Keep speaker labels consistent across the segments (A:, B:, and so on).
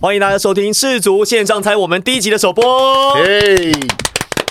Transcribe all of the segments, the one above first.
A: 欢迎大家收听《世足线上猜》我们第一集的首播。
B: 嘿，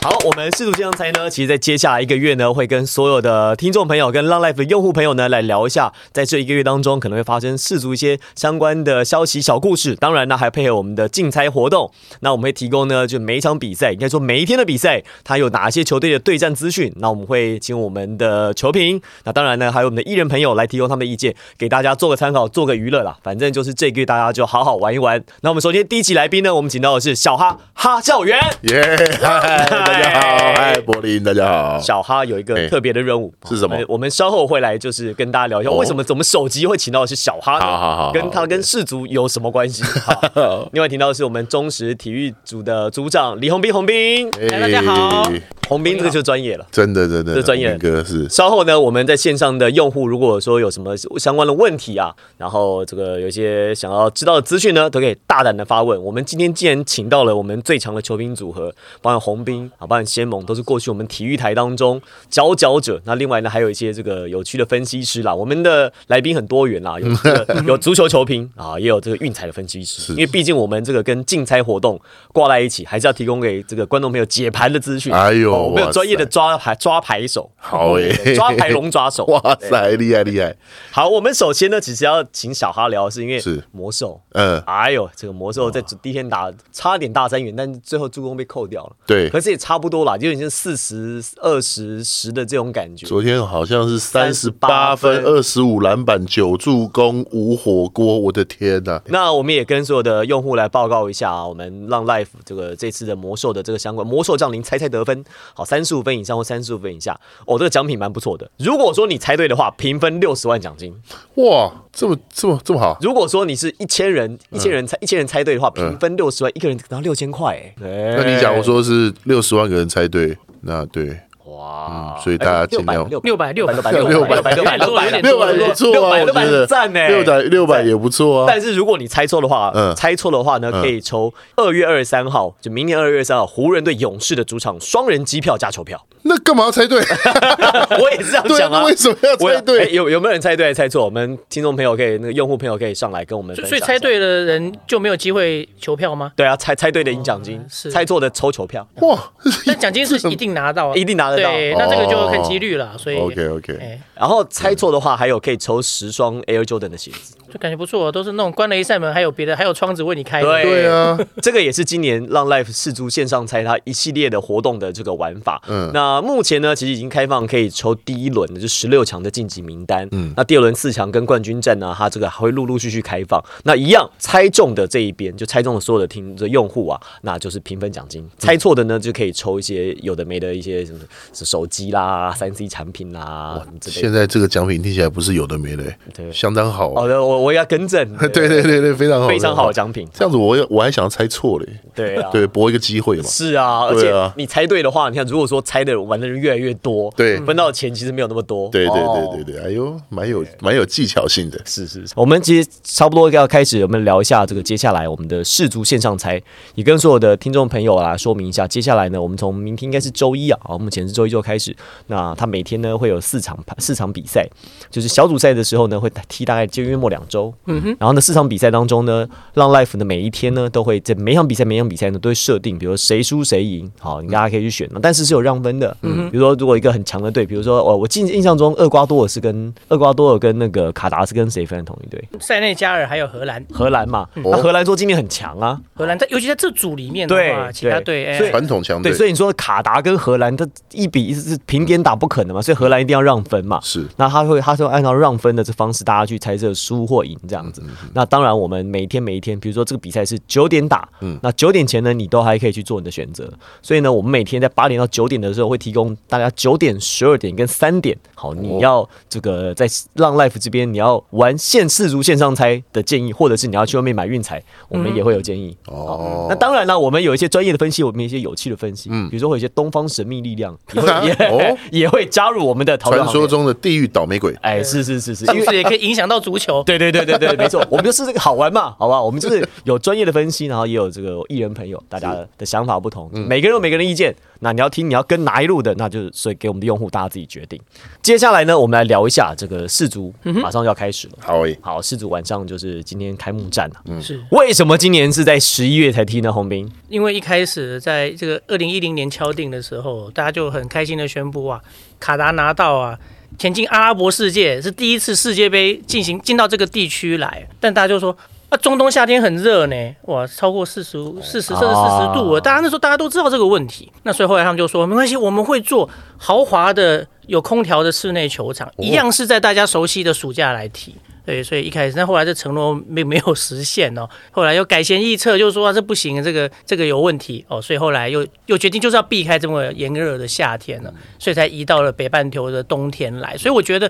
A: 好，我们世足线上猜呢，其实在接下来一个月呢，会跟所有的听众朋友、跟浪 life 的用户朋友呢，来聊一下，在这一个月当中可能会发生世足一些相关的消息、小故事。当然呢，还配合我们的竞猜活动，那我们会提供呢，就每一场比赛，应该说每一天的比赛，它有哪些球队的对战资讯。那我们会请我们的球评，那当然呢，还有我们的艺人朋友来提供他们的意见，给大家做个参考，做个娱乐啦。反正就是这个月大家就好好玩一玩。那我们首先第一期来宾呢，我们请到的是小哈哈教员。
B: 耶！嗨，大家好，嗨，柏林，大家好。
A: 小哈有一个特别的任务、
B: 哦哎是什么
A: 呃我们稍后会来，就是跟大家聊一下
B: 哦
A: 为什么我们首集会请到的是小哈呢
B: 好好好好
A: 跟他跟氏族有什么关 系？好另外听到的是我们中实体育组的组长李红兵，红兵，
B: 嘿
C: 大家好
A: 红兵这个就专业了。
B: 真的真的，
A: 这专业
B: 明哥是
A: 稍后呢，我们在线上的用户如果说有什么相关的问题啊，然后这个有一些想要知道的资讯呢，都可以大胆的发问。我们今天既然请到了我们最强的球兵组合， 包含红兵啊，包含仙盟，都是过去我们体育台当中佼佼者。那另外呢，还有一些这个有趣的分析师啦，我们的来宾很多元啦，有这
B: 嗯
A: 个有足球球评啊，也有这个运彩的分析师，因为毕竟我们这个跟竞猜活动挂在一起，还是要提供给这个观众朋友解盘的资讯。
B: 哎呦
A: 哦我们有
B: 哇
A: 专业的
B: 塞
A: 抓牌抓牌手。
B: 好哎诶，
A: 抓牌龙抓手。
B: 哇塞，厉害厉害，
A: 好，我们首先呢，其实要请小哈聊，是因为
B: 是
A: 魔兽。
B: 嗯，
A: 哎呦，这个魔兽在第一天打差点大三元，但是最后助攻被扣掉了。
B: 对
A: 可是也差不多啦，就有点像四十二十十的这种感觉。
B: 昨天好像是三十八
A: 38分
B: 分、二十五篮板、九助攻、五火锅，我的天呐！
A: 那我们也跟所有的用户来报告一下啊，我们让 Life 这个这次的魔兽的这个相关魔兽降临猜猜得分，好三十五分以上或三十五分以下，哦，这个奖品蛮不错的。如果说你猜对的话，平分六十万奖金。
B: 哇，这么这么这么好，
A: 如果说你是一千人，一千人猜一千人猜对的话，平分六十万，一个人拿六千块，哎，
B: 那你假如说是六十万个人猜对，那对
A: 哇
B: 嗯所以大家尽量
A: 六
C: 六百六百
A: 六百
B: 六
A: 六
B: 百
A: 百六百
B: 六百不错啊，
A: 600
B: 我觉
A: 600
B: 得
A: 赞欸
B: 六百六百也不错啊
A: 但。是如果你猜错的话，
B: 嗯
A: 猜错的话呢，可以抽二月二十三号，就明年二月三号，湖人对勇士的主场双人机票加球票。
B: 那干嘛要猜 对？
A: 我也是这样
B: 对啊
A: 讲啊，
B: 那为什么要
A: 我
B: 猜
A: 哎
B: 对？
A: 有有没有人猜对还猜错？我们听众朋友可以，那个用户朋友可以上来跟我们分
C: 所
A: 享
C: 以
A: 一
C: 所
A: 下。
C: 以猜对的人就没有机会求 票吗？
A: 对啊，猜猜对的赢奖金，
C: 哦是
A: 猜错的抽球票，
B: 哇，
C: 但奖金是一定拿到 啊，
A: 一定拿得到。
C: 对，那这个就看
B: 哦
C: 几率了，所以
B: OK OK，
C: 哎，
A: 然后猜错的话，还有可以抽十双 Air Jordan 的鞋子。
C: 就感觉不错，啊都是那种关了一扇门，还有别的，还有窗子为你开的。
A: 对
B: 对啊，
A: 这个也是今年让 Life 试租线上猜它一系列的活动的这个玩法。嗯
B: 嗯，
A: 那目前呢，其实已经开放可以抽第一轮的，就十六强的晋级名单。嗯，那第二轮四强跟冠军战呢，它这个还会陆陆续续开放。那一样猜中的这一边，就猜中了所有的听的用户啊，那就是平分奖金；猜错的呢，就可以抽一些有的没的一些什么手机啦、三 C 产品啦什么之类的。
B: 现在这个奖品听起来不是有的没的、欸
A: 对
B: 相当好、
A: 好的，我我要更 正。
B: 对对对对，非常好，
A: 非常好啊的。奖品。
B: 这样子我也我还想猜错嘞、
A: 对啊，
B: 对，搏一个机会嘛。
A: 是啊，而
B: 对
A: 且
B: 啊
A: 你猜对的话，你看，如果说猜的玩的人越来越多，
B: 对
A: 分到的钱其实没有那么多。
B: 对对
A: 哦
B: 对对对，哎呦，蛮有蛮有技巧性的。
A: 是是是，我们其实差不多要开始，我们聊一下这个接下来我们的世足线上猜，也跟所有的听众朋友啦说明一下，接下来呢，我们从明天应该是周一啊，啊，目前是周一就开始，那他每天呢会有四场四场比赛，就是小组赛的时候呢会踢大概就约莫两周，嗯哼，然后呢四场比赛当中呢，让 Life 的每一天呢都会在每场比赛每场比赛呢都会设定，比如说谁输谁赢，好，你大家可以去选，但是是有让分的，嗯，比如说如果一个很强的队，比如说哦我我印印象中厄瓜多尔是跟厄瓜多尔跟那个卡达是跟谁分在同一队？
C: 塞内加尔还有荷兰，
A: 荷兰嘛，那荷兰说今年很强啊，
C: 荷兰在尤其在这组里面的
A: 对
C: 话，其他
A: 对
C: 队
A: 所以
C: 哎，
B: 传统强
A: 对，
B: 队
A: 所以你说卡达跟荷兰，它一比一是平点打不可能嘛，所以荷兰一定要让分嘛。
B: 是
A: 那他会，他就按照让分的这方式，大家去猜测输或赢这
B: 嗯
A: 样子。那当然，我们每天每一天，比如说这个比赛是九点打，
B: 嗯
A: 那九点前呢，你都还可以去做你的选择。所以呢，我们每天在八点到九点的时候，会提供大家九点、十二点跟三点，好，你要这个在浪 life 这边，你要玩现世如线上猜的建议，或者是你要去外面买运彩，我们也会有建议。
B: 哦嗯
A: 那当然了，我们有一些专业的分析，我们有一些有趣的分析，比如说会有一些东方神秘力量，也会也、
B: 哦
A: 也会加入我们的讨论
B: 传
A: 行列
B: 说，中的地狱倒霉鬼，
A: 哎，是是是是，因
C: 同
A: 为
C: 时也可以影响到足球。
A: 对对对对对对，没错，我们就是这个好玩嘛，好吧？我们就是有专业的分析，然后也有这个艺人朋友，大家的想法不同，每个人有每个人的意见。那你要听，你要跟哪一路的，那就是所以给我们的用户大家自己决定。接下来呢，我们来聊一下这个世足，马上就要开始了。
B: 好欸诶，
A: 好，世足晚上就是今天开幕战了、啊。
C: 是
A: 为什么今年是在十一月才踢呢？洪斌，
C: 因为一开始在这个二零一零年敲定的时候，大家就很开心的宣布啊，卡达拿到啊，前进阿拉伯世界是第一次世界杯进行进到这个地区来，但大家就说。啊，中东夏天很热呢，哇，超过四十五、四十甚至四十度了。大家那时候大家都知道这个问题，那所以后来他们就说没关系，我们会做豪华的、有空调的室内球场，一样是在大家熟悉的暑假来踢。对，所以一开始，但后来这承诺没没有实现哦，后来又改弦易辙，就说啊这不行，这个这个有问题哦，所以后来又又决定就是要避开这么炎热的夏天了，所以才移到了北半球的冬天来。所以我觉得，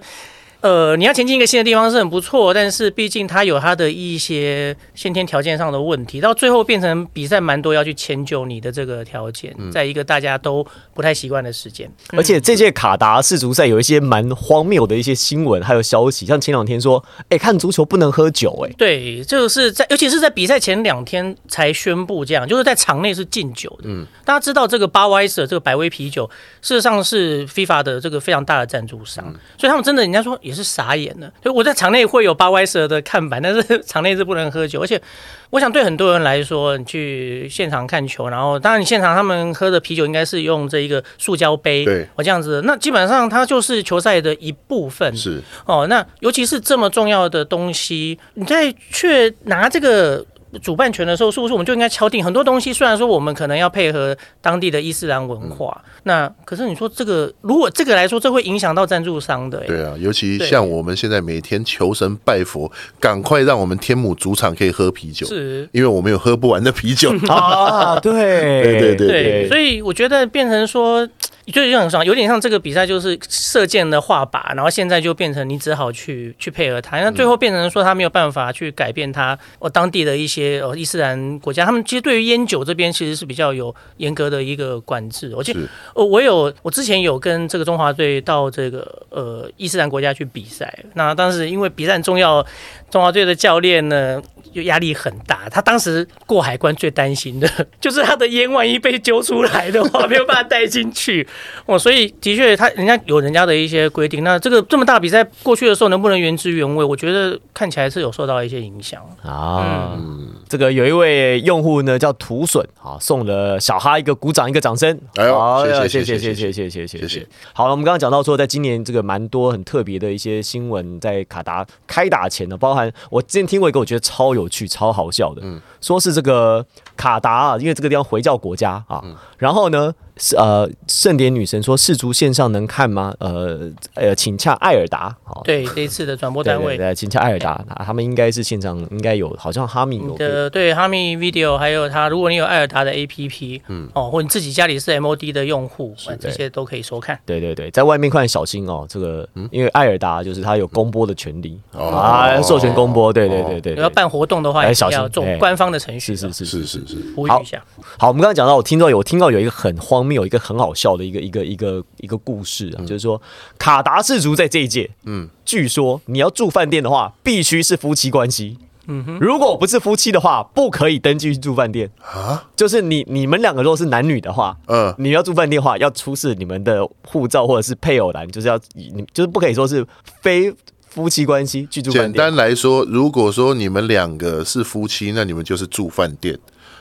C: 呃，你要前进一个新的地方是很不错，但是毕竟它有它的一些先天条件上的问题，到最后变成比赛蛮多要去迁就你的这个条件，在一个大家都不太习惯的时间，
A: 嗯而且这届卡达世足赛有一些蛮荒谬的一些新闻，还有消息，像前两天说，哎、看足球不能喝酒、哎，
C: 对，就是在，尤其是在比赛前两天才宣布这样，就是在场内是禁酒的。嗯，大家知道这个巴威舍这个百威啤酒，事实上是 FIFA 的这个非常大的赞助商，
B: 嗯
C: 所以他们真的人家说哎也是傻眼了。所以我在场内会有巴威舍的看板，但 是场内是不能喝酒，而且我想对很多人来说，你去现场看球，然后当然你现场他们喝的啤酒应该是用这一个塑胶杯，哦
B: 对，
C: 我这样子的，那基本上它就是球赛的一部分。
B: 是
C: 哦，那尤其是这么重要的东西，你在却拿这个。主办权的时候，是不是我们就应该敲定很多东西？虽然说我们可能要配合当地的伊斯兰文化，那可是你说这个，如果这个来说，这会影响到赞助商的、欸。
B: 对啊，尤其
C: 对
B: 像我们现在每天求神拜佛，赶快让我们天母主场可以喝啤酒，
C: 是
B: 因为我们有喝不完的 啤酒。
A: 啊，对，
B: 对对对
C: 对，所以我觉得变成说，就就很爽，有点像这个比赛就是射箭的画靶，然后现在就变成你只好去去配合他，
B: 嗯
C: 那最后变成说他没有办法去改变他哦当地的一些哦伊斯兰国家，他们其实对于烟酒这边其实是比较有严格的一个管制，而且
B: 是
C: 呃，我有我之前有跟这个中华队到这个呃伊斯兰国家去比赛，那当时因为比赛很重要，中华队的教练呢就压力很大，他当时过海关最担心的 就是他的烟万一被揪出来的话，没有办法带进去哦，所以的确他人家有人家的一些规定，那这个这么大比赛过去的时候能不能原汁原味，我觉得看起来是有受到一些影响。
A: 啊，这个有一位用户呢叫土笋啊，送了小哈一个鼓掌一个掌声。
B: 哎呦
A: 好呀
B: 谢
A: 谢
B: 谢
A: 谢
B: 谢
A: 谢谢谢
B: 谢
A: 谢
B: 谢
A: 谢
B: 谢。
A: 好了，我们刚刚讲到说，在今年这个蛮多很特别的一些新闻，在卡达开打前呢，包含我之前听过一个我觉得超有趣、超好笑的，
B: 嗯
A: 说是这个卡达啊，因为这个地方回教国家啊，
B: 嗯
A: 然后呢。是呃，盛典女神说世足线上能看吗？呃呃，请洽艾尔达。啊好，
C: 对这一次的转播
A: 对
C: 单
A: 对
C: 位。
A: 对，请洽艾尔达，他他们应该是现场应该有，好像哈密有
C: 你的对哈密 Video，还有它，如果你有艾尔达的 APP，嗯，哦，或你自己家里是 MOD 的用户，啊这些都可以收看。
A: 对对对，在外面看小心哦，这个、因为艾尔达就是他有公播的权利、
B: 哦
A: 啊，授权公播，对对对对
C: 要
A: 对，
C: 办活动的话，
A: 哎
C: 也
A: 小
C: 是
A: 心
C: 要走
A: 哎
C: 官方的程序
A: 是
C: 的，
A: 哦是是
B: 是是是，
C: 呼
A: 好
C: 吁一下。
A: 好，我们刚刚讲到，我听到有我听到有一个很荒谬、一个很好笑的一个一个一个一个故事啊，就是说卡达氏族在这一届，嗯，据说你要住饭店的话，必须是夫妻关系。嗯哼，如果不是夫妻的话，不可以登记住饭店啊。就是你你们两个如果是男女的话，嗯
B: 嗯，
A: 你要住饭店的话，要出示你们的护照或者是配偶栏，就是要你就是不可以说是非夫妻关系去住饭
B: 简
A: 店。
B: 单来说，如果说你们两个是夫妻，那你们就是住饭店；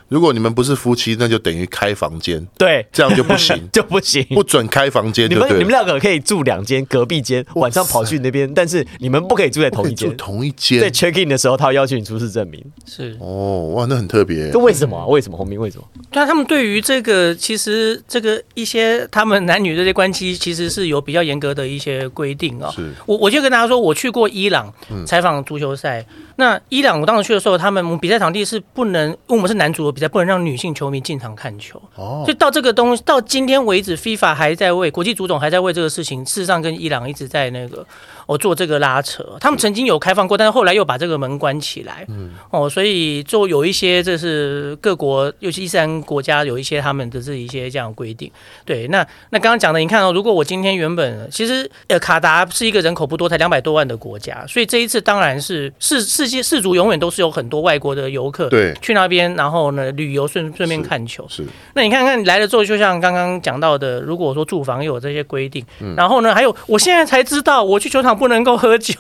B: 如果你们不是夫妻，那就等于开房间，
A: 对，，
B: 这样就不行
A: 就不行。
B: 不准开房间
A: 你
B: 就
A: 们
B: 对
A: 你们
B: 了。
A: 两个可以住两间隔壁间，晚上跑去那边，但是你们不可以住在同
B: 可
A: 一
B: 以住
A: 间。
B: 同一
A: 在
B: 间
A: check in 的时候，他要要求你出示证明。
C: 是，
B: 哦，哇，那很特别
A: 这。为什么 啊？为什么红明？为什么？
C: 但他们对于这个，其实这个一些他们男女这些关系，其实是有比较严格的一些规定哦。
B: 是
C: 我我就跟大家说，我去过伊朗采访足球赛，那伊朗我当时去的时候，他们我们比赛场地是不能，因为我们是男足的比赛，不能让女性球迷进场看球。
B: 哦
C: 所以到这个东西到今天为止，FIFA 还在为国际足总还在为这个事情，事实上跟伊朗一直在那个哦做这个拉扯。他们曾经有开放过，但是后来又把这个门关起来。嗯，哦，所以就有一些这是各国，尤其伊斯兰国家有一些他们的这一些这样的规定。对，那那刚刚讲的，你看哦，如果我今天原本其实呃卡达是一个人口不多，才两百多万的国家，所以这一次当然是世世界世足永远都是有很多外国的游客
B: 对
C: 去那边，然后呢旅游顺顺便看球。
B: 是
C: 那你看看你来了之后，就像刚刚讲到的，如果说住房有这些规定，然后呢，还有我现在才知道，我去球场不能够喝酒，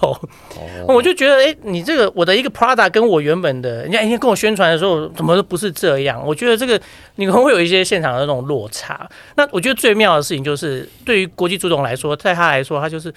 C: 我就觉得，哎、你这个我的一个 Prada 跟我原本的人家人家跟我宣传的时候，怎么都不是这样？我觉得这个你可能会有一些现场的那种落差。那我觉得最妙的事情就是，对于国际足总来说，在他来说，他就是。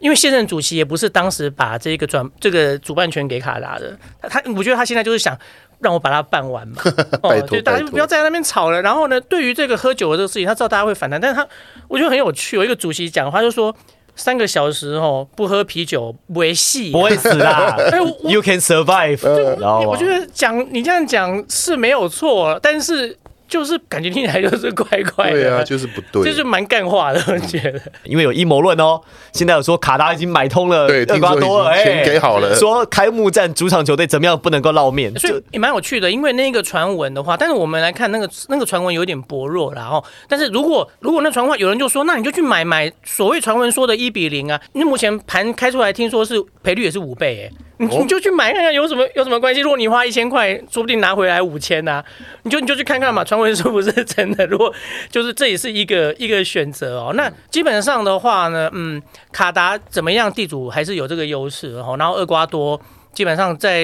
C: 因为现任主席也不是当时把这个转这个主办权给卡达的，他他我觉得他现在就是想让我把它办完嘛，
B: 拜
C: 哦，
B: 托
C: 对，大
B: 拜
C: 家
B: 托
C: 不要在那边吵了。然后呢，对于这个喝酒的这个事情，他知道大家会反弹，但是他我觉得很有趣。有一个主席讲，他就说三个小时哦，不喝啤酒不会戏。
A: 不会死 啦
C: 哎我
A: ，You can survive，然
B: 哦
A: 后
C: 我觉得讲你这样讲是没有错，但是就是感觉听起来就是怪怪的，
B: 对啊，就是不对，
C: 就是蛮干话的，我觉得。
A: 因为有阴谋论哦，现在有说卡达已经买通了
B: 对，
A: 厄
B: 听
A: 瓜
B: 说已
A: 多尔，
B: 经钱给好了，
A: 说开幕战主场球队怎么样不能够露面，
C: 所
A: 就
C: 以也蛮有趣的，因为那个传闻的话，但是我们来看那个那个传闻有点薄弱啦哦。但是如果如果那传闻有人就说，那你就去买买所谓传闻说的一比零啊，因为目前盘开出来听说是赔率也是五倍哎、你
B: 哦
C: 你就去买看看有什么有什么关系？如果你花一千块，说不定拿回来五千呐，你就你就去看看嘛，传闻是不是真的？如果就是这也是一个一个选择哦。那基本上的话呢，嗯，卡达怎么样，地主还是有这个优势哦。然后厄瓜多基本上在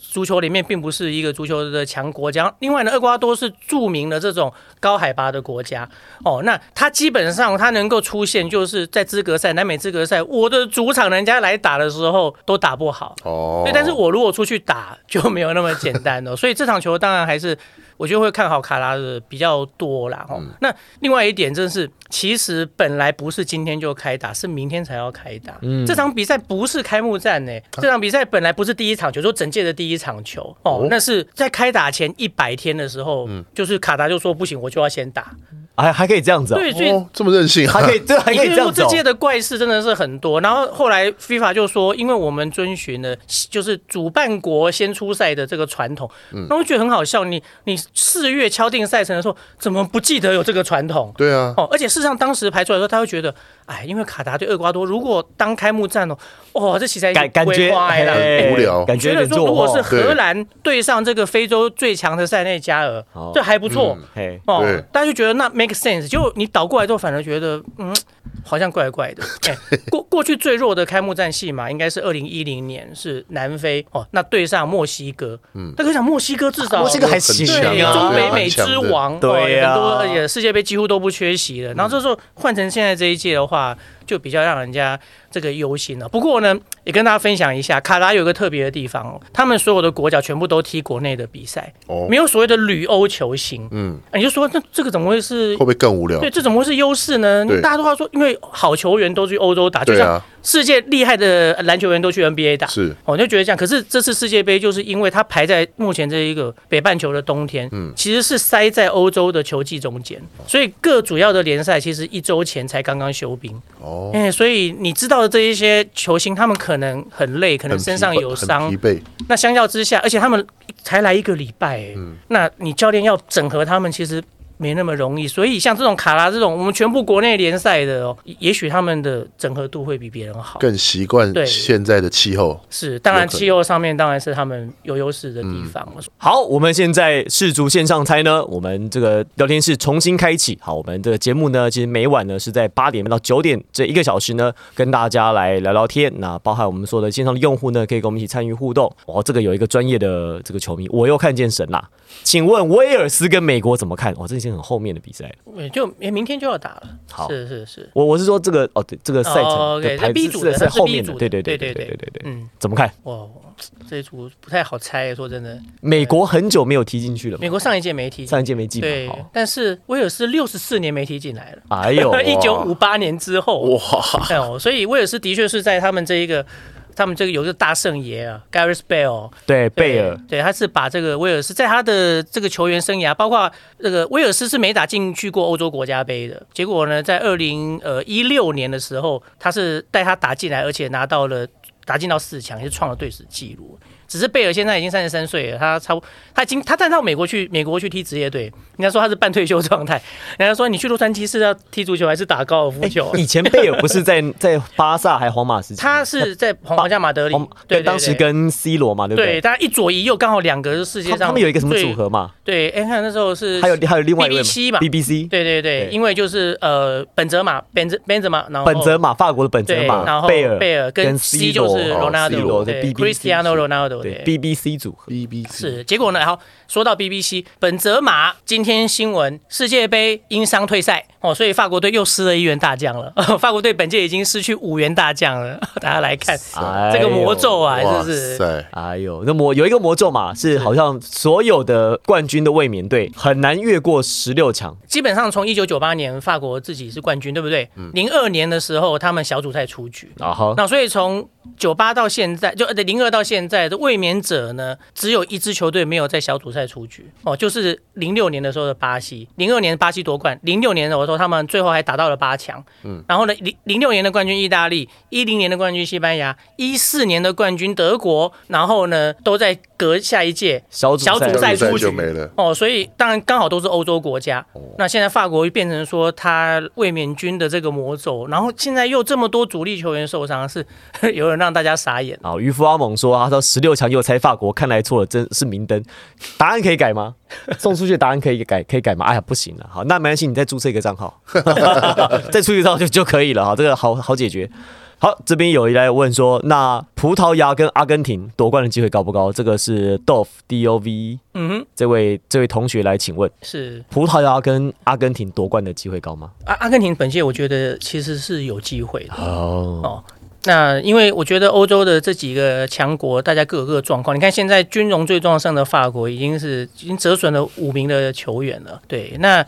C: 足球里面并不是一个足球的强国家。另外呢，厄瓜多是著名的这种高海拔的国家哦。那它基本上它能够出现，就是在资格赛、南美资格赛，我的主场人家来打的时候都打不好。
B: 哦，
C: 对，但是我如果出去打就没有那么简单 了、所以这场球当然还是我觉得会看好卡拉的比较多啦。哦、那另外一点真的是，其实本来不是今天就开打，是明天才要开打。这场比赛不是开幕战呢、这场比赛本来不是第一场球，就整届的第一场球哦，嗯
B: 哦
C: 那是在开打前一百天的时候，就是卡达就说不行，我就要先打。
A: 还还可以这样子哦，
C: 对，所以
B: 哦这么任性啊，
A: 还可以这还可以
C: 你
A: 这
C: 看过
A: 样子
C: 这
A: 哦，
C: 届的怪事真的是很多，然后后来 FIFA 就说，因为我们遵循了就是主办国先出赛的这个传统，
A: 嗯
C: 那我觉得很好笑。你你四月敲定赛程的时候，怎么不记得有这个传 统？
B: 对啊，
C: 哦，而且事实上当时排出来的时候，他会觉得，哎，因为卡达对厄瓜多，如果当开幕战哦，哇，这其实
A: 感感觉
C: 坏了。
A: 哎
B: 很无聊
A: 感觉
C: 觉
A: 有
C: 得
A: 点哦
C: 说，如
A: 做
C: 果是
A: 梦，
C: 荷兰对上这个非洲最强的塞内加尔
A: 哦，
C: 这还不错。
A: 嘿，
C: 哦
B: 对，
C: 大家就觉得那 make sense，结果你倒过来之后，反而觉得嗯，好像怪怪的。哎、过过去最弱的开幕战戏嘛，应该是二零一零年是南非哦，那对上墨西哥，嗯，但可想墨西哥至少
A: 墨西哥还行
B: 很
C: 对
B: 强啊啊
C: 中
B: 对
C: 北
B: 啊
C: 美之王，
A: 对呀
C: 哦很多而且世界杯几乎都不缺席
B: 嗯
C: 了。然后这时候换成现在这一届的话，就比较让人家这个忧心了。不过呢，也跟大家分享一下，卡达有一个特别的地方哦，他们所有的国脚全部都踢国内的比赛，
B: 哦
C: 没，有所谓的旅欧球星。啊
B: 嗯，
C: 你就说那这个怎么会是
B: 会不会更无聊
C: 对，？这怎么会是优势呢？
B: 对
C: 大家都要说，因为好球员都去欧洲打，就
B: 对
C: 像
B: 啊，
C: 世界厉害的篮球员都去 NBA 打。
B: 是
C: 我就觉得这样，可是这次世界杯就是因为它排在目前这一个北半球的冬天，嗯，其实是塞在欧洲的球季中间，
B: 哦
C: 所以各主要的联赛其实一周前才刚刚休兵，
B: 哦，
C: 哎、所以你知道的这一些球星，他们可能很累，可能
B: 很
C: 身上
B: 疲惫
C: 有
B: 很
C: 伤
B: 疲，惫，
C: 那相较之下，而且他们才来一个礼拜、欸，那你教练要整合他们，其实没那么容易。所以像这种卡拉这种，我们全部国内联赛的哦，也也许他们的整合度会比别人好。
B: 更习惯
C: 对
B: 现在的气候，
C: 是，当
B: 嗯
C: 然
B: 有可能
C: 气候上面当然是他们有优势的地方。
A: 好，我们现在世足线上猜呢，我们这个聊天室重新开启。好，我们这个节目呢，其实每晚呢是在八点半到九点这一个小时呢，跟大家来聊聊天。那包含我们所有的线上的用户呢，可以跟我们一起参与互动。哇，这个有一个专业的这个球迷，我又看见神啦。请问威尔斯跟美国怎么看？哇，这已经很后面的比赛了。
C: 嗯就诶明天就要打了。
A: 好
C: 是是是，
A: 我我是说这个哦，对，这个赛
C: 哦
A: 程
C: ，OK，
A: 的排
C: 那 B 组的
A: 是在
C: 那是
A: 后面
C: B
A: 的，
C: 组
A: 对
C: 的
A: 对对
C: 对
A: 对对
C: 对
A: 对对，
C: 嗯，
A: 怎么看？
C: 哇，这一组不太好猜，说真的，
A: 美国很久没有踢进去了嘛，
C: 美国上一届没踢进，
A: 上一届没进
C: 对
A: 嘛，好，
C: 但是威尔斯六十四年没踢进来了。
A: 哦哎呦，
C: 一九五八年之后，
B: 哇，
C: 哎呦，所以威尔斯的确是在他们这一个他们这个有一个大圣爷啊，Gareth Bale，
A: 对贝
C: 对
A: 尔，
C: 对，他是把这个威尔士在他的这个球员生涯，包括这个威尔士是没打进去过欧洲国家杯的。结果呢，在二零呃一六年的时候，他是带他打进来，而且拿到了打进到四强，也是创了队史纪录。只是贝尔现在已经三十三岁了，他差不他已经他带到美国去，美国去踢职业队，人家说他是半退休状态。人家说你去洛杉矶是要踢足球还是打高尔夫球？
A: 哎以前贝尔不是在在巴萨还皇马时期吗，
C: 他是在皇皇家马德里
A: 皇，
C: 对
A: 跟当时。跟 C 罗嘛，对不
C: 对，
A: 对？
C: 他一左一右，刚好两个是世界
A: 他
C: 上
A: 他们有一个什么
C: 最
A: 组合嘛？
C: 对，哎、看那时候是
A: 还有还有另外一位
C: BBC 嘛
A: BBC
C: 对对对，
A: 对
C: 因为就是呃，本泽马、本泽本泽马，然后
A: 本泽马，法国的本泽
C: 对，然
A: 马，
C: 后
A: 贝尔
C: 贝尔
A: 跟
C: 跟
A: C
C: C
A: 罗
C: 就是
A: 哦 C 罗对
C: Ronaldo
A: BBC
C: 对，Cristiano
A: 组对
C: Ronaldo 对。
A: BBC 组合，
B: BBC
C: 是，结果呢？然后说到 BBC，本泽马今天新闻，世界杯因伤退赛哦，所以法国队又失了一员大将了。哦法国队本届已经失去五员大将了， 大家来看
A: 哎呦
C: 这个魔咒啊，是
B: 哇
C: 不是？
B: 塞，
A: 哎呦，那魔有一个魔咒
C: 嗯
A: 嘛，是好像所有的冠军的卫冕队很难越过十六强。
C: 基本上从一九九八年法国自己是冠军，对不对？零二、年的时候他们小组赛出局，
A: 然后
C: 嗯那所以从九八到现在，就对零二到现在的卫冕者呢，只有一支球队没有在小组赛出局哦，就是零六年的时候的巴西，零二年巴西夺冠，零六年的时候他们最后还打到了八强，嗯，然后呢，零零六年的冠军意大利，一零年的冠军西班牙，一四年的冠军德国，然后呢都在隔下一届
A: 小组
C: 小组
B: 小
C: 赛
B: 组赛
C: 出局
B: 就没了。
C: 哦，所以当然刚好都是欧洲国家。那现在法国变成说他卫冕军的这个魔咒，然后现在又这么多主力球员受伤，是 有人让大家傻眼。
A: 啊，渔夫阿蒙说，他说十六强又猜法国，看来错了，真是明灯。 答案可以改 吗？送出去的答案可以改，可以改吗？哎呀，不行了。好，那没关系，你再注册一个账 号， 再注册一个账号就就可以了哈，这个好好解决。好，这边有人来问说，那葡萄牙跟阿根廷夺冠的机会高不高？这个是 Dove D O V
C: 嗯哼，
A: 这位这位同学来请问，
C: 是
A: 葡萄牙跟阿根廷夺冠的机会高吗？
C: 阿阿根廷本届我觉得其实是有机会的。
A: 哦，
C: 哦那因为我觉得欧洲的这几个强国，大家各有各的状况。你看现在军容最壮盛的法国，已经是已经折损了五名的球员了。对，那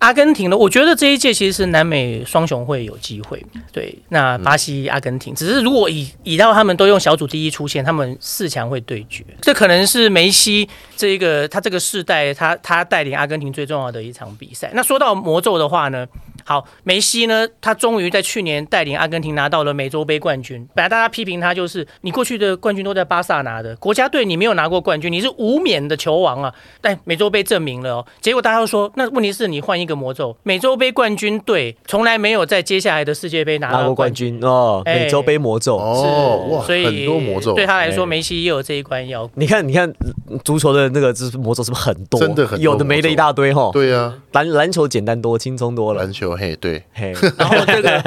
C: 阿根廷呢？我觉得这一届其实是南美双雄会有机会。对，那巴西、阿根廷，只是如果以以到他们都用小组第一出现，他们四强会对决。这可能是梅西这一个他这个世代，他他带领阿根廷最重要的一场比赛。那说到魔咒的话呢，好，梅西呢，他终于在去年带领阿根廷拿到了美洲杯冠军。本来大家批评他就是你过去的冠军都在巴萨拿的，国家队你没有拿过冠军，你是无冕的球王啊。但美洲杯证明了哦。结果大家又说，那问题是你换一个魔咒，美洲杯冠军队从来没有在接下来的世界杯拿
A: 拿
C: 到
A: 过冠
C: 冠军。
A: 军哦，
C: 哎
A: 美洲杯魔咒。
B: 哦，哇，
C: 所以
B: 很多魔咒，
C: 对他来说，
A: 哎
C: 梅西也有这一 关要过。
A: 你看，你看足球的那个就是魔咒是不是很多？
B: 真的很多
A: 有的没的一大堆哈。
B: 对
C: 嗯
B: 啊，
A: 篮篮球简单多，轻松多了。
B: 篮球，嘿，对，
A: 嘿，
C: 然后这个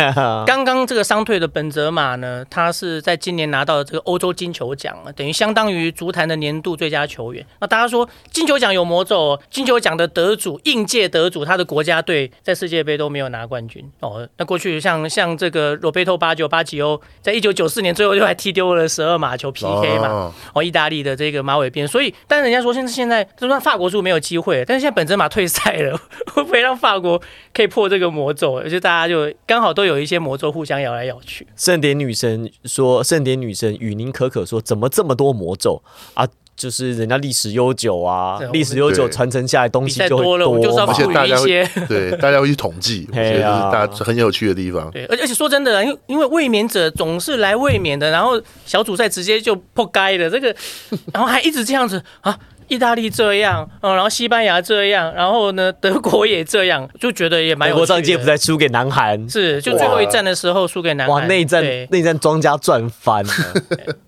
C: 刚刚这个伤退的本泽马呢，他是在今年拿到这个欧洲金球奖了，等于相当于足坛的年度最佳球员。那大家说金球奖有魔咒、哦，金球奖的得主应届得主，他的国家队在世界杯都没有拿冠军哦。那过去像像这个罗贝托巴九巴吉欧，在一九九四年最后就还踢丢了十二码球 PK 嘛，
B: 哦
C: 哦，意大利的这个马尾辫，所以，但人家说现在现在，就算法国是不是没有机会，但是现在本泽马退赛了， 会不会让法国可以破这个魔咒？就大家就刚好都有一些魔咒互相咬来咬去。
A: 盛典女神说，盛典女神与您可可说，怎么这么多魔咒啊？就是人家历史悠久啊
C: 对我，们
A: 历史悠久
B: 对
A: 传承下来东
C: 比
A: 西
C: 赛
A: 就会
C: 多了，我们就是要
A: 嘛
B: 而且
C: 赋
B: 大
C: 予
B: 家
C: 一
B: 会
C: 些。
B: 对，大家会去统计，我觉得
A: 嘿
B: 这
A: 啊
B: 是大家很有趣的地方。
C: 对，而且而且说真的啊，因为因为卫冕者总是来卫冕的，然后小组赛直接就破该了，这个，然后还一直这样子啊，意大利这样，嗯，然后西班牙这样，然后呢德国也这样，就觉得也蛮
A: 美
C: 有
A: 国
C: 趣
A: 上
C: 的。
A: 届不再输给南韩，
C: 是，就最后一战的时候输给南韩，
A: 哇，内战
C: 对
A: 内战庄家赚翻 了。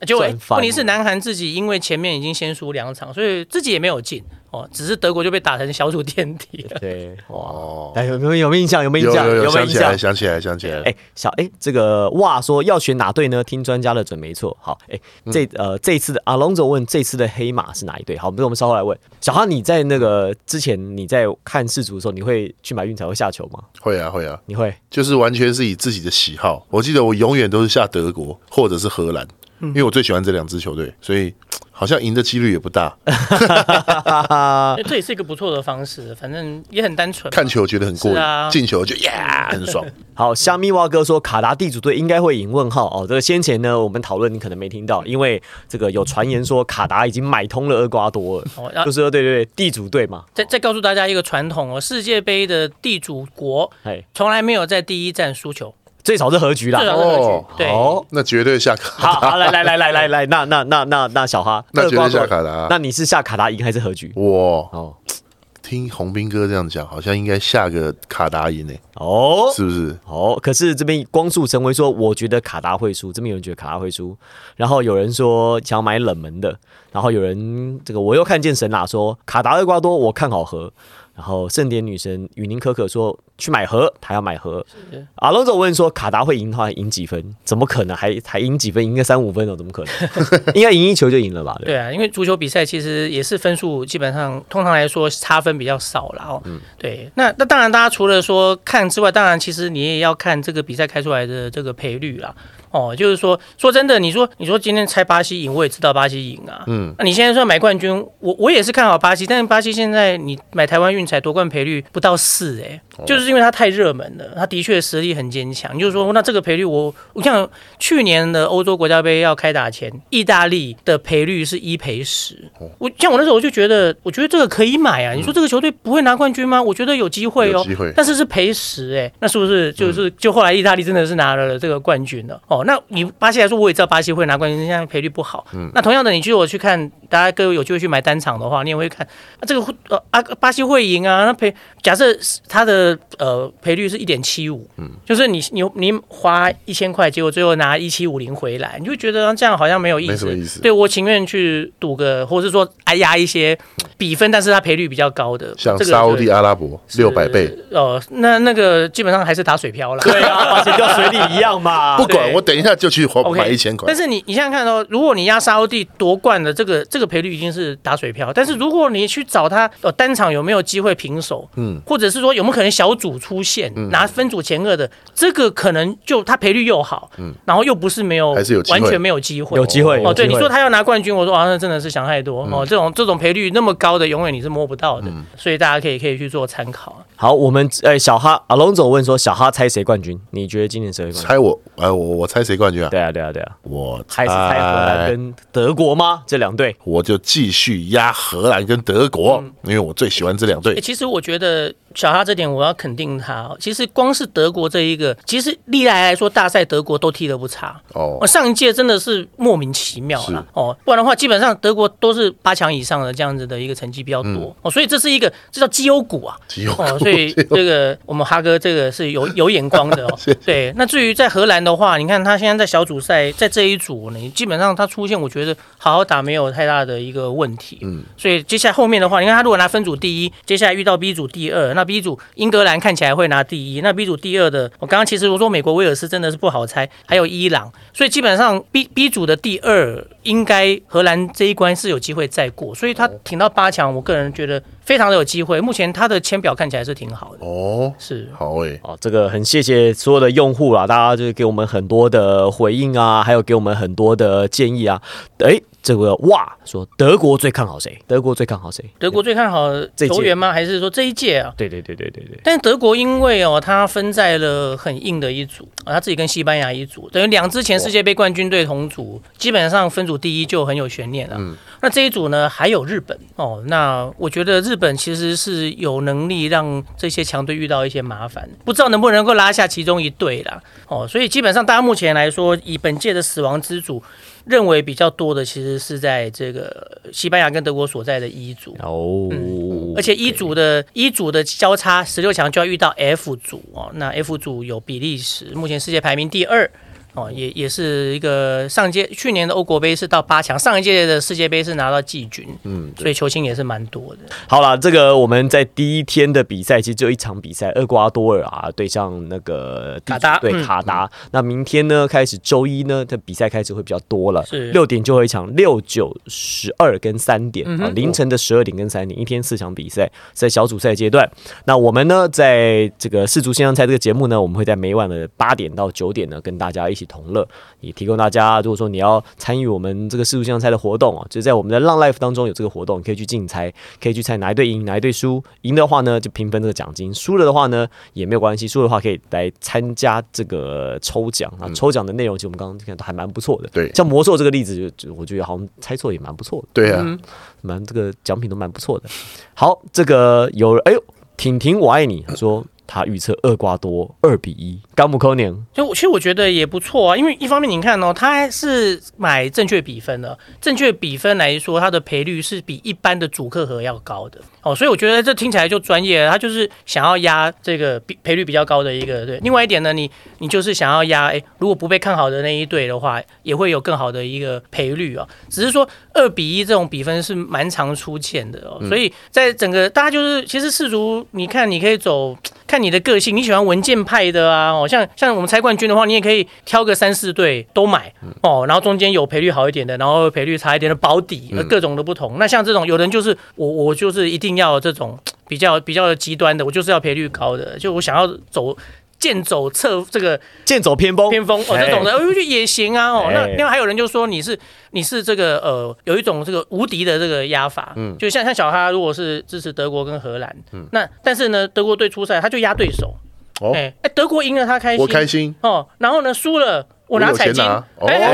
C: 就
A: 赚
C: 诶
A: 翻
C: 问题
A: 了
C: 是南韩自己因为前面已经先输两场，所以自己也没有进哦，只是德国就被打成小组垫底了。
A: 对，哇
B: 哦，
A: 哎，有没有有没有印象？有没有
B: 有
A: 印象？
B: 有有，
A: 没有
B: 想
A: 印
B: 起
A: 象
B: 来，？想起来，想起来
A: 哎、，小哎、这个哇说要选哪队呢？听专家的准没错。好，哎、这呃这一次的阿龙总问这次的黑马是哪一队？好，我们我们稍后来问小哈，你在那个之前你在看世足的时候，你会去买运彩会下球吗？
B: 会啊，会啊，
A: 你会？
B: 就是完全是以自己的喜好。
A: 嗯
B: 我记得我永远都是下德国或者是荷兰，因为我最喜欢这两支球队，所以好像赢的几率也不大，
C: 哎这也是一个不错的方式，反正也很单纯嘛。
B: 看球觉得很过
C: 是啊
B: 瘾，进球就呀很 爽。
A: 好，虾米蛙哥说卡达地主队应该会赢？问号哦，这个先前呢我们讨论你可能没听到，因为这个有传言说卡达已经买通了厄瓜多尔，
C: 哦，然
A: 就
C: 后
A: 是说对对对地主队嘛，
C: 再再告诉大家一个传统哦，世界杯的地主国
A: 哎，
C: 从来没有在第一站输球，
A: 最少是和局啦
C: 至。少是二
B: 哦
C: 局。对，
A: 好，
B: 那绝对下卡，
A: 好 好来来来来来来，那那那那那小哈，
B: 那绝
A: 厄瓜
B: 对
A: 多
B: 下
A: 尔
B: 卡的啊！
A: 那你是下卡达赢还是和局？
B: 哇，
A: 哦
B: 听洪斌哥这样讲，好像应该下个卡达赢呢，
A: 哦
B: 是不是？
A: 哦，可是这边光速成为说，我觉得卡达会输，这边有人觉得卡达会输，然后有人说想要买冷门的，然后有人这个我又看见神啦说卡达厄瓜多我看好和。然后盛典女神雨宁可可说去买和，她要买和
C: 是。
A: 阿龙总问说卡达会赢的话赢几分？怎么可能还还赢几分？赢个三五分哦，怎么可能？应该赢一球就赢了吧？对吧
C: 对啊，因为足球比赛其实也是分数，基本上通常来说差分比较少啦。哦。对，那那当然，大家除了说看之外，当然其实你也要看这个比赛开出来的这个赔率啦。哦，就是说，说真的，你说你说今天猜巴西赢，我也知道巴西赢啊。嗯，那、你现在说买冠军，我我也是看好巴西，但是巴西现在你买台湾运彩夺冠赔率不到四哎、就是因为它太热门了，它的确实力很坚强。你就说那这个赔率我，我像去年的欧洲国家杯要开打前，意大利的赔率是一赔十。
B: 哦
C: 我像我那时候我就觉得，我觉得这个可以买啊。你说这个球队不会拿冠军吗？我觉得有机会
B: 嗯有
C: 哦
B: 机会，嗯
C: 但是是赔十哎，那是不是就是、就后来意大利真的是拿了这个冠军了？哦，那你巴西来说，我也知道巴西会拿冠军，现在赔率不好。
B: 嗯
C: 那同样的，你去我去看，大家各位有机会去买单场的话，你也会看啊，这个会呃啊，巴西会赢啊，那赔假设是它的呃赔率是一点七五，嗯，就是你你你花一千块，结果最后拿一七五零回来，你就觉得这样好像没有意
B: 没
C: 思，
B: 什么意思
C: 对我情愿去赌个，或是说哎压一些比分，但是它赔率比较高的，
B: 像
C: 这个
B: 沙
C: 就
B: 烏地阿拉伯六百倍，
C: 哦，那那个基本上还是打水漂啦。
A: 对啊，把钱掉水里一样嘛。
B: 不管
C: 对
B: 我等一下就去花
C: OK，
B: 买一千块
C: 但。是你你想想看哦，如果你压沙欧地夺冠的这个这个赔率已经是打水漂，但是如果你去找他呃单场有没有机会平手，嗯，或者是说有没有可能小组出线、
B: 嗯
C: 拿分组前二的，这个可能就他赔率又好，嗯，然后又不是没有
B: 还是有机会
C: 完全没有机会，
A: 有机会
C: 哦，对，
A: 有机
C: 你
A: 会
C: 说他要拿冠军，我说啊，那真的是想太
B: 嗯
C: 多、哦。这种这种赔率那么高的，永远你是摸不到的，所以大家可以可以去做参考。
A: 好，我们呃小哈阿龙总问说小哈猜谁冠军？你觉得今年谁会冠军？
B: 猜我，哎，我我猜谁冠军啊？
A: 对啊对啊对啊，
B: 我
A: 还
B: 猜
A: 是猜荷兰跟德国吗？这两队
B: 我就继续压荷兰跟德国，因为我最喜欢这两
C: 欸
B: 队。
C: 其实我觉得小哈这点我要肯定他、哦。其实光是德国这一个，其实历来来说大赛德国都踢得不差。
B: 哦
C: 哦，，上一届真的是莫名其妙
B: 是
C: 啦，哦，不然的话，基本上德国都是八强以上的这样子的一个成绩比较多、哦，所以这是一个这叫绩优股啊，
B: 只有
C: 哦，所以这个我们哈哥这个是 有有眼光的哦。对，那至于在荷兰的话，你看他现在在小组赛在这一组呢，基本上他出现，我觉得好好打没有太大的一个问题。嗯，所以接下来后面的话，你看他如果拿分组第一，接下来遇到 B 组第二，那 B 组英格兰看起来会拿第一，那 B 组第二的，我刚刚其实我说美国威尔斯真的是不好猜，还有伊朗，所以基本上 B B 组的第二应该荷兰这一关是有机会再过，所以他挺到八强，我个人觉得非常的有机会。目前他的签表看起来是挺好的，
B: 哦，
C: 是
B: 好诶，
A: 哦，这个很谢谢所有的用户啦，大家就是给我们很多的回应啊，还有给我们很多的建议啊。诶，这个哇，说德国最看好谁？德国最看好谁？
C: 德国最看好
A: 这一届
C: 球员吗？还是说这一届啊？
A: 对对对对对对，
C: 但德国因为哦，他分在了很硬的一组啊，他自己跟西班牙一组，等于两支前世界杯冠军队同组，基本上分组第一就很有悬念了、啊那这一组呢，还有日本哦。那我觉得日本其实是有能力让这些强队遇到一些麻烦，不知道能不能够拉下其中一队啦。哦，所以基本上大家目前来说，以本届的死亡之组。认为比较多的其实是在这个西班牙跟德国所在的一组，
A: 哦，
C: 而且一组的一组的交叉十六强就要遇到 F 组哦，那 F 组有比利时，目前世界排名第二。哦，也也是一个上届去年的欧国杯是到八强，上一届的世界杯是拿到季军，嗯，所以球星也是蛮多的。
A: 好了，这个我们在第一天的比赛其实就一场比赛，厄瓜多尔啊对上那个地
C: 卡达
A: 对
C: 嗯
A: 卡达。那明天呢开始周一呢，这比赛开始会比较多了，
C: 是
A: 六点就会一场六九十二跟三点、
C: 嗯
A: 啊，凌晨的十二点跟三点，一天四场比赛，在小组赛阶段。那我们呢在这个世足先生赛这个节目呢，我们会在每晚的八点到九点呢跟大家一起同乐，也提供大家，如果说你要参与我们这个世足线上猜的活动哦，就在我们的浪 life 当中有这个活动，你可以去竞猜，可以去猜哪一队赢，哪一队输。赢的话呢，就平分这个奖金；输了的话呢，也没有关系，输的话可以来参加这个抽奖啊。抽奖的内容其实我们刚刚看到还蛮不错的，
B: 对
A: 像魔兽这个例子就，就我觉得好像猜错也蛮不错的。
B: 对啊，
A: 蛮这个奖品都蛮不错的。好，这个有人哎呦，婷婷我爱你，他说他预测厄瓜多二比一，甘姆科年
C: 就我其实我觉得也不错啊，因为一方面你看哦，他还是买正确比分的，正确比分来说，它的赔率是比一般的主客和要高的哦，所以我觉得这听起来就专业了，他就是想要压这个比赔率比较高的一个对。另外一点呢，你你就是想要压，诶，如果不被看好的那一队的话，也会有更好的一个赔率啊、只是说二比一这种比分是蛮常出现的哦，所以在整个大家就是其实世足，你看你可以走看你的个性，你喜欢文件派的啊，哦，像像我们猜冠军的话，你也可以挑个三四队都买哦，然后中间有赔率好一点的，然后赔率差一点的保底，呃各种的不同。那像这种，有人就是我我就是一定要这种比较比较极端的，我就是要赔率高的，就我想要走。剑走侧这个
A: 剑走偏锋，
C: 偏锋哦，
A: 哎
C: 这种的，哎我觉得也行啊哦。
A: 哎
C: 那另外还有人就说你是你是这个呃有一种这个无敌的这个压法，嗯，就像像小哈如果是支持德国跟荷兰，嗯，那但是呢德国队出赛他就压对手，
B: 哦
C: 哎哎德国赢了他开心，
B: 我开心，
C: 哦，然后呢输了我拿彩金，
B: 我有钱拿
C: 哎。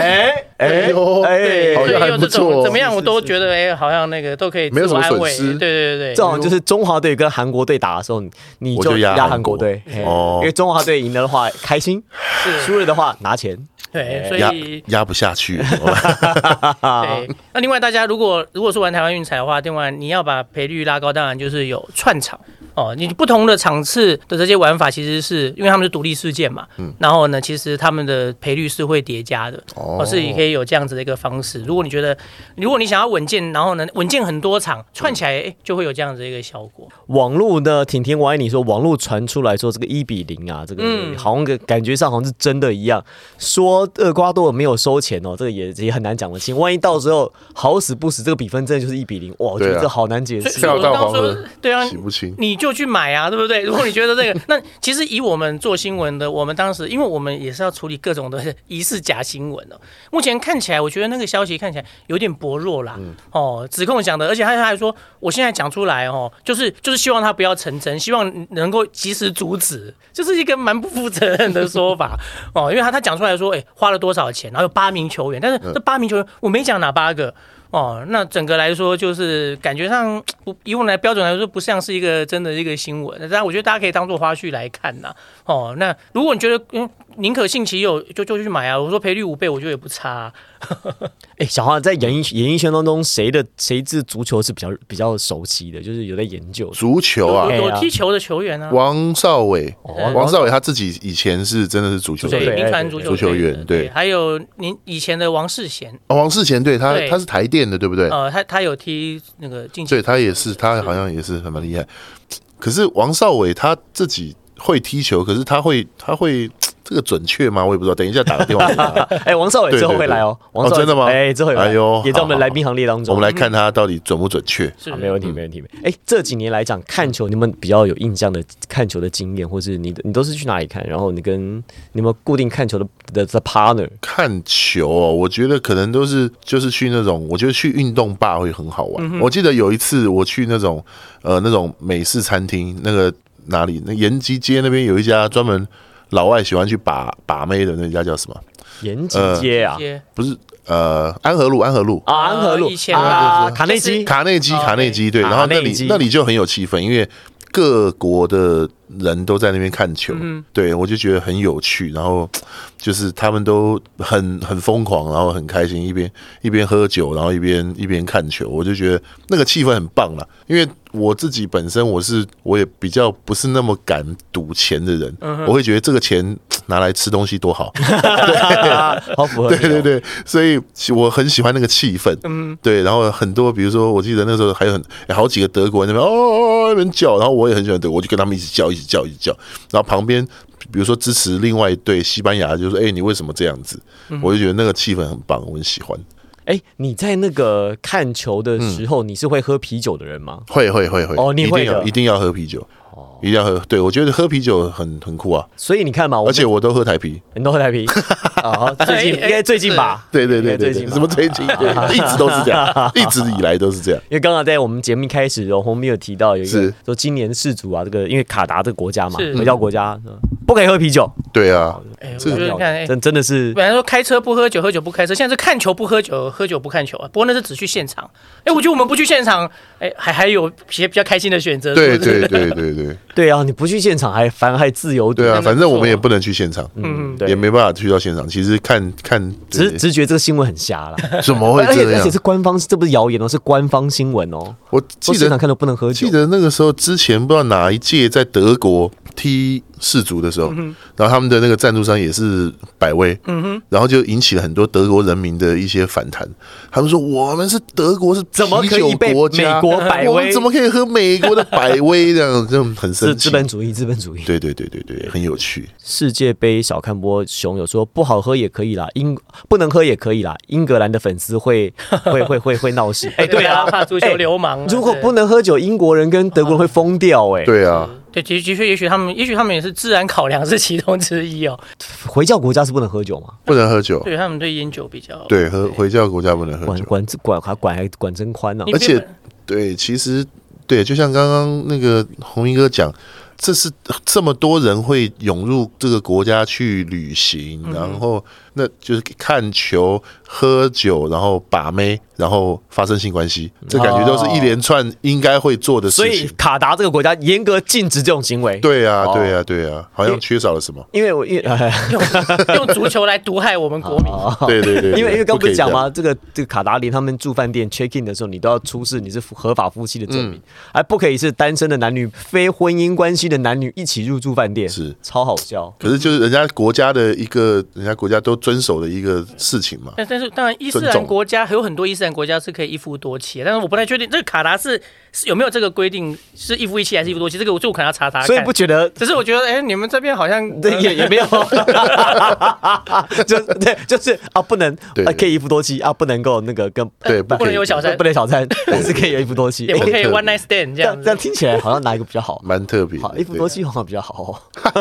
A: 哎哎
B: 呦
A: 哎
C: 对，
B: 好
C: 所
B: 像
C: 以
B: 还
C: 有
B: 不
C: 这
B: 错
C: 种
B: 哦
C: 怎么样，我都觉得哎，好像那个都可以
B: 没有
C: 自我
B: 什么
C: 安
B: 损
C: 慰。
B: 失
C: 对对对，
A: 这好像就是中华队跟韩国队打的时候，你你
B: 我就压
A: 压
B: 韩
A: 韩国
B: 国
A: 队，嘿
B: 哦
A: 因为中华队赢了的话开心，
C: 是
A: 输了的话拿钱。
C: 对，所
B: 压
C: 以
B: 压不下去，哦啊
C: 对，那另外大家如果如果是玩台湾运彩的话，另外你要把赔率拉高，当然就是有串场哦。
B: 嗯
C: 你不同的场次的这些玩法，其实是因为他们是独立事件嘛，
B: 嗯
C: 然后呢，其实他们的赔率是会叠加的，哦，是也可以有这样子的一个方式。如果你觉得，如果你想要稳健，然后呢，稳健很多场串起来，哎，就会有这样子的一个效果。
A: 网络呢，婷婷我爱你说，网络传出来说这个一比零啊，这个
C: 嗯
A: 好像个感觉上好像是真的一样。说厄瓜多尔没有收钱哦，这个也也很难讲得清。万一到时候好死不死，这个比分真的就是一比零，哇，我觉
B: 对
A: 得
B: 啊
A: 这好难解
C: 所以
A: 释
C: 所以
A: 哦。
B: 跳
C: 我
B: 到
C: 刚刚
B: 黄
C: 说
B: 河，
C: 对啊，
B: 洗不清。
C: 你就去买啊，对不对？ 如果你觉得这个，那其实以我们做新闻的，我们当时因为我们也是要处理各种的疑似假新闻哦。目前看起来，我觉得那个消息看起来有点薄弱啦。哦，指控讲的，而且他他还说，我现在讲出来哦，就是就是希望他不要成真，希望能够及时阻止，就是一个蛮不负责任的说法哦。因为他他讲出来说，哎，花了多少钱，然后有八名球员，但是这八名球员我没讲哪八个。哦，那整个来说就是感觉上不以我们来标准来说，不像是一个真的一个新闻。但我觉得大家可以当做花絮来看呐、哦，那如果你觉得嗯宁可信其有，就就去买啊。我说赔率五倍，我觉得也不差啊、
A: 哎，小花在演艺演艺圈当中，谁的谁是足球是比较比较熟悉的，就是有在研究的。
B: 足球啊
A: 哎，
C: 有
A: 呀
C: 踢球的球员啊，
B: 王少伟，
A: 哦
B: 王少伟他自己以前是真的是足球
A: 对
C: 对，
B: 队，
C: 民传足球
B: 哎足球
C: 队的
B: 员对
C: 还有您以前的王世贤，
B: 哦王世贤对他
C: 对
B: 他是台电的，对不对？
C: 呃，他他有踢那个竞技
B: 对，他也是，他好像也是很蛮厉害。可是王少伟他自己会踢球，可是他会他会这个准确吗？我也不知道。等一下打个电话给他，
A: 哎，王少伟
B: 对
A: 之后
B: 对
A: 会
B: 对
A: 来哦，王少伟
B: 真的吗
A: 哎，之后会来
B: 哎呦
A: 也在我们
B: 好
A: 来宾行列当
B: 我
A: 中
B: 们。来看他到底准不准确。
C: 是
A: 啊，没问题，没问题。哎、这几年来讲，看球你们比较有印象的看球的经验，或是你的你都是去哪里看？然后你跟你们固定看球的的的 partner，
B: 看球哦，我觉得可能都是就是去那种，我觉得去运动吧会很好玩。我记得有一次我去那种呃那种美式餐厅，那个哪里那延吉街那边有一家专门老外喜欢去把把妹的那家叫什么？
A: 延吉街啊
C: 一，些
B: 不是呃安和路，安和路。
A: 啊，安和路
C: 呃以前
A: 啊，
C: 就是
A: 卡内基，
B: 卡内基，
C: 哦
B: 卡内基，对，
A: 卡
B: 然后那
A: 内
B: 里
A: 基
B: 那里就很有气氛，因为各国的人都在那边看球，
A: 嗯
B: 对我就觉得很有趣，然后就是他们都很很疯狂，然后很开心，一边一边喝酒，然后一边一边看球，我就觉得那个气氛很棒了，因为。我自己本身我是我也比较不是那么敢赌钱的人，
A: 嗯
B: 我会觉得这个钱拿来吃东西多好，
A: 好符合你哦
B: 对对对，所以其我很喜欢那个气氛，嗯，对，然后很多，比如说，我记得那时候还有很、哎好几个德国人那边哦哦哦那边叫，然后我也很喜欢德国，我就跟他们一起叫，一起叫，一起叫，然后旁边比如说支持另外一队西班牙，就说哎、你为什么这样子？我就觉得那个气氛很棒，我很喜欢。
A: 哎、你在那个看
B: 嗯
A: 球的时候，你是会喝啤酒的人吗？
B: 会会会会，
A: 哦你
B: 一
A: 会
B: 定要
A: 的
B: 一定要喝啤酒，一定要喝。对我觉得喝啤酒很很酷啊，
A: 所以你看嘛，我
B: 而
A: 们
B: 且我都喝台啤。
A: 很多台 啤啊，最近
C: 哎哎
A: 应该最近吧，
B: 对对对
A: 应该最
B: 对对，
A: 近吧
B: 什么最近？对，一直都是这样，一直以来都是这样。
A: 因为刚刚在我们节目一开始，荣宏没有提到有一个
B: 是
A: 说今年世足啊，这个因为卡达这个国家嘛，
C: 是
A: 回教国家
B: 嗯
A: 呃不可以喝啤酒，
B: 对啊，
C: 哎，我
B: 这
C: 觉
B: 个
C: 得你看，哎，
A: 真真的是
C: 本来说开车不喝酒，喝酒不开车，现在是看球不喝酒，喝酒不看球啊。不过那是只去现场。哎，我觉得我们不去现场，哎，还还有些比较开心的选择。
B: 对
C: 是不是
B: 对对对对
A: 对啊，你不去现场还反而还自由赌
B: 对，啊，
C: 真的
B: 反
C: 不
B: 正
C: 错
B: 我们也不能去现场，
A: 嗯，
B: 也
A: 对，
B: 没办法去到现场。其实看看，
A: 只是只是觉得这个新闻很瞎啦。
B: 怎么 会
A: 而且而
B: 这
A: 且
B: 样
A: 是？官方，这不是谣言哦，是官方新闻哦。
B: 我
A: 说
B: 记
A: 现场
B: 得
A: 看都不能喝酒
B: 记，得那个时候之前不知道哪一届在德国踢世足的时候，
A: 嗯
B: 然后他们的那个赞助商也是百威，然后就引起了很多德国人民的一些反弹。他们说我们是德国是
A: 怎么
B: 啤
A: 可
B: 酒
A: 以被
B: 国家，
A: 美 国百
B: 我
A: 威
B: 们？怎么可以喝美国的百威这样？这种很
A: 是
B: 生气
A: 资。本主义，资本主义。
B: 对对对对对，很有趣。
A: 世界杯小看波熊有说不好喝也可以啦，英不能喝也可以啦。英格兰的粉丝 会会会会会闹事。 哎、对啊，
C: 怕足球
A: 哎
C: 流氓啊。
A: 如果
C: 对
A: 不能喝酒，英国人跟德国人会疯掉哎、
B: 对啊，
C: 对，的的确，也许他们，也许他们也是自然考量是其中之一哦。
A: 回教国家是不能喝酒嘛？
B: 不能喝酒。
C: 对他们对烟酒比较
B: 哦对，喝回教国家不能喝
A: 管
B: 酒。
A: 管管还管还管真宽啊呢、
C: 你
B: 而且
C: 别
B: 对，其实对，就像刚刚那个红英哥讲，这是这么多人会涌入这个国家去旅行，
A: 嗯
B: 然后那就是看球、喝酒，然后把妹，然后发生性关系，这感觉都是一连串应该会做的
A: 所
B: 事
A: 以
B: 情。
A: 卡达这个国家严格禁止这种行为。，
B: 对啊，
A: 哦
B: 对啊，对啊，好像缺少了什么。
A: 因为我因为、
C: 用用足球来毒害我们国民。
A: 哦
B: 对对对，对
A: 因为因为刚不
B: 可以
A: 是讲
B: 这样
A: 吗？这个这个卡达连他们住饭店 check in 的时候，你都要出示你是合法夫妻的证明，还不可以是单身的男女、非婚姻关系的男女一起入住饭店，
B: 是
A: 超好笑。
B: 可是就是人家国家的一个，人家国家都遵守的一个事情嘛。
A: 哎
C: 但但是当然，伊斯
B: 尊
C: 兰
B: 重
C: 国家还有很多伊斯兰国家是可以一夫多妻的，但是我不太确定这个卡达是是有没有这个规定是一夫一妻还是一夫多妻，这个我这我可能要查查看。
A: 所以不觉得
C: 只是我觉得，哎、你们这边好像呃
A: 对，也也没有，就对，就是啊，不能
B: 对
A: 呃可以一夫多妻啊，不能够那个跟
B: 对，不
C: 不
B: 可
C: 能
B: 以
C: 有小三
A: 不，能小三， 但是可以有一夫多妻。
C: 也不
A: 诶
C: 可以
B: 很特
C: one
B: 别
C: night stand
A: 这
C: 这
A: 样
C: 样
A: 这
C: 子
A: 样。听起来好像哪一个比较好？
B: 蛮特别的。
A: 好，一夫
B: 对
A: 多妻好像比较好 哦。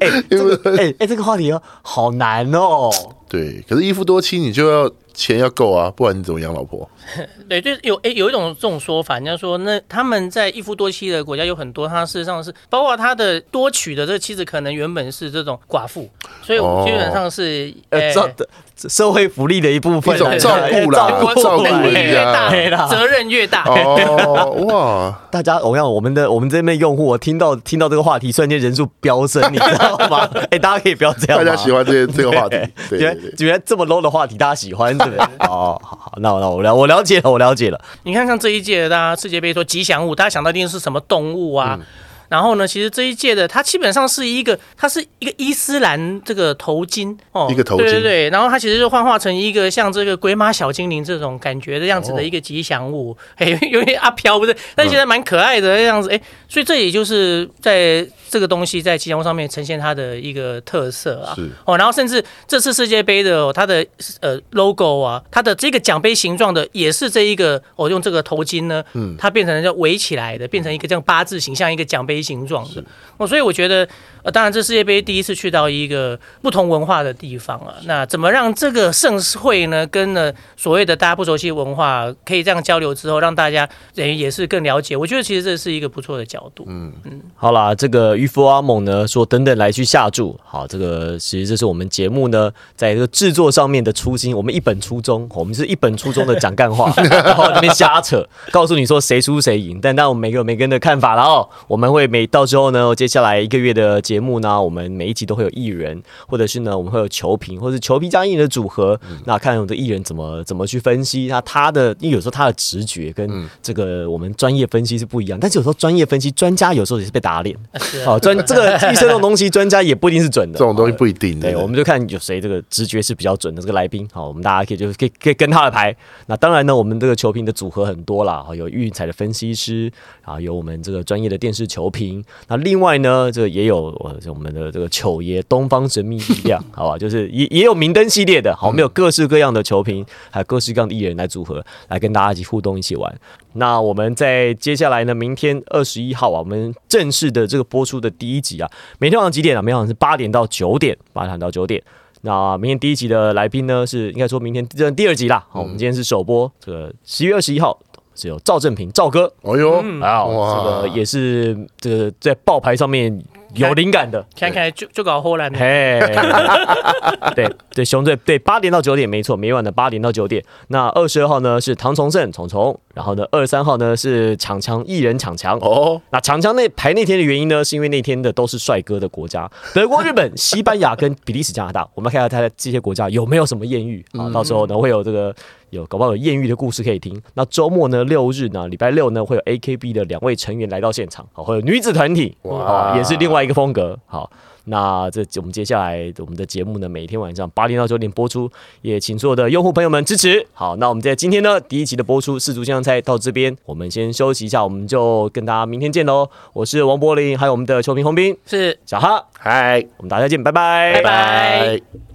A: 哎，这个哎哎，这个话题哦好难哦。
B: 对，可是一夫多妻，你就要钱要够啊，不然你怎么养老婆？
C: 对，就是有诶、有一种这种说法，人家说那他们在一夫多妻的国家有很多，他事实上是包括他的多娶的这个妻子，可能原本是这种寡妇，所以我
B: 哦
C: 基本上是哎
A: 呃，
C: 诶
A: 照社会福利的一部分啊，
B: 一种
C: 照
B: 顾啦
A: 哎
B: 照顾
C: 能
B: 人
C: 力
A: 哎
C: 越
B: 家
C: 大
A: 对啦，
C: 责任越大。
B: 哦，哇，
A: 大家，我让我们的我们这边用户，我听到听到这个话题，瞬间人数飙升，你知道吗？哎、大家可以不要这样哎
B: 大
A: 吗，
B: 家喜欢这些这 个话题，
A: 觉
B: 对对
A: 得
B: 对，
A: 觉得这么 low 的话题大家喜欢，对不 对？哦，好好，那我那我了我了解了，我了解了。
C: 你看，像这一届的大家世界杯说吉祥物，大家想到一定是什么动物啊？然后呢，其实这一届的它基本上是一个，它是一个伊斯兰这个头巾哦，
B: 一个头巾
C: 对对对。然后它其实就幻化成一个像这个鬼马小精灵这种感觉的样子的一个吉祥物， 哎、有点阿飘不是，但其实蛮可爱的样子，哎，所以这也就是在这个东西在吉祥物上面呈现它的一个特色啊。
B: 是
C: 哦，然后甚至这次世界杯的、哦、它的呃 logo 啊，它的这个奖杯形状的也是这一个，我、用这个头巾呢，嗯，它变成叫围起来的，变成一个这样八字形，像一个奖杯形状的。哦，所以我觉得，呃，当然这世界杯第一次去到一个不同文化的地方啊，那怎么让这个盛会呢，跟呢所谓的大家不熟悉文化可以这样交流之后，让大家等于也是更了解？我觉得其实这是一个不错的角度。
A: 好啦，这个渔夫阿猛呢说等等来去下注，好，这个其实这是我们节目呢在这个制作上面的初心，我们一本初衷，我们是一本初衷的讲干话，然后里面瞎扯，告诉你说谁输谁赢，但但我们每个有每个人的看法，然后我们会每到时候呢，接下来一个月的节目呢，我们每一集都会有艺人，或者是呢我们会有球评，或者是球评加艺人的组合，那看我们的艺人怎么怎么去分析，那他的因为有时候他的直觉跟这个我们专业分析是不一样，但是有时候专业分析专家有时候也是被打脸，
C: 是啊
A: 好，专这个医生这种东西，专家也不一定是准的。
B: 这种东西不一定的。
A: 对，我们就看有谁这个直觉是比较准的这个来宾，好，我们大家可以就是可以可以跟他的牌。那当然呢，我们这个球评的组合很多啦，好有运彩的分析师，啊，有我们这个专业的电视球平。那另外呢，这也有呃我们的这个球爷东方神秘力量，好吧，就是也也有明灯系列的，好，我们有各式各样的球评，还有各式各样的艺人来组合，来跟大家一起互动，一起玩。那我们在接下来呢，明天二十一号啊，我们正式的这个播出的第一集啊，每天晚上几点啊？每天晚上是八点到九点，八点到九点。那明天第一集的来宾呢，是应该说明天这第二集啦。好，我们今天是首播，这个十一月二十一号是有赵正平赵哥
B: 哎呦，
A: 啊，
B: 哇
A: 这个也是这个在爆牌上面有灵感的。
C: 看看就就搞后来的，
A: 嘿， 对对，熊队对八点到九点没错，每晚的八点到九点。那二十二号呢是唐崇盛虫虫，然后呢二十三号呢是强强艺人强强。
B: 哦，
A: 那强强那排那天的原因呢，是因为那天的都是帅哥的国家，德国、日本、西班牙跟比利时、加拿大。我们看看他在这些国家有没有什么艳遇啊？到时候呢会有这个有搞不好有艳遇的故事可以听。那周末呢，六日呢，礼拜六呢会有 AKB 的两位成员来到现场，啊好，会有女子团体，
B: 哇
A: 哇，也是另外一个风格。好，那这我们接下来我们的节目呢，每天晚上八点到九点播出，也请所有的用户朋友们支持。好，那我们在今天呢第一期的播出《四足健康菜》到这边，我们先休息一下，我们就跟大家明天见喽。我是王柏林，还有我们的球评洪斌、
C: 是
A: 小哈，
B: 嗨，
A: 我们大家见，拜拜，
C: 拜拜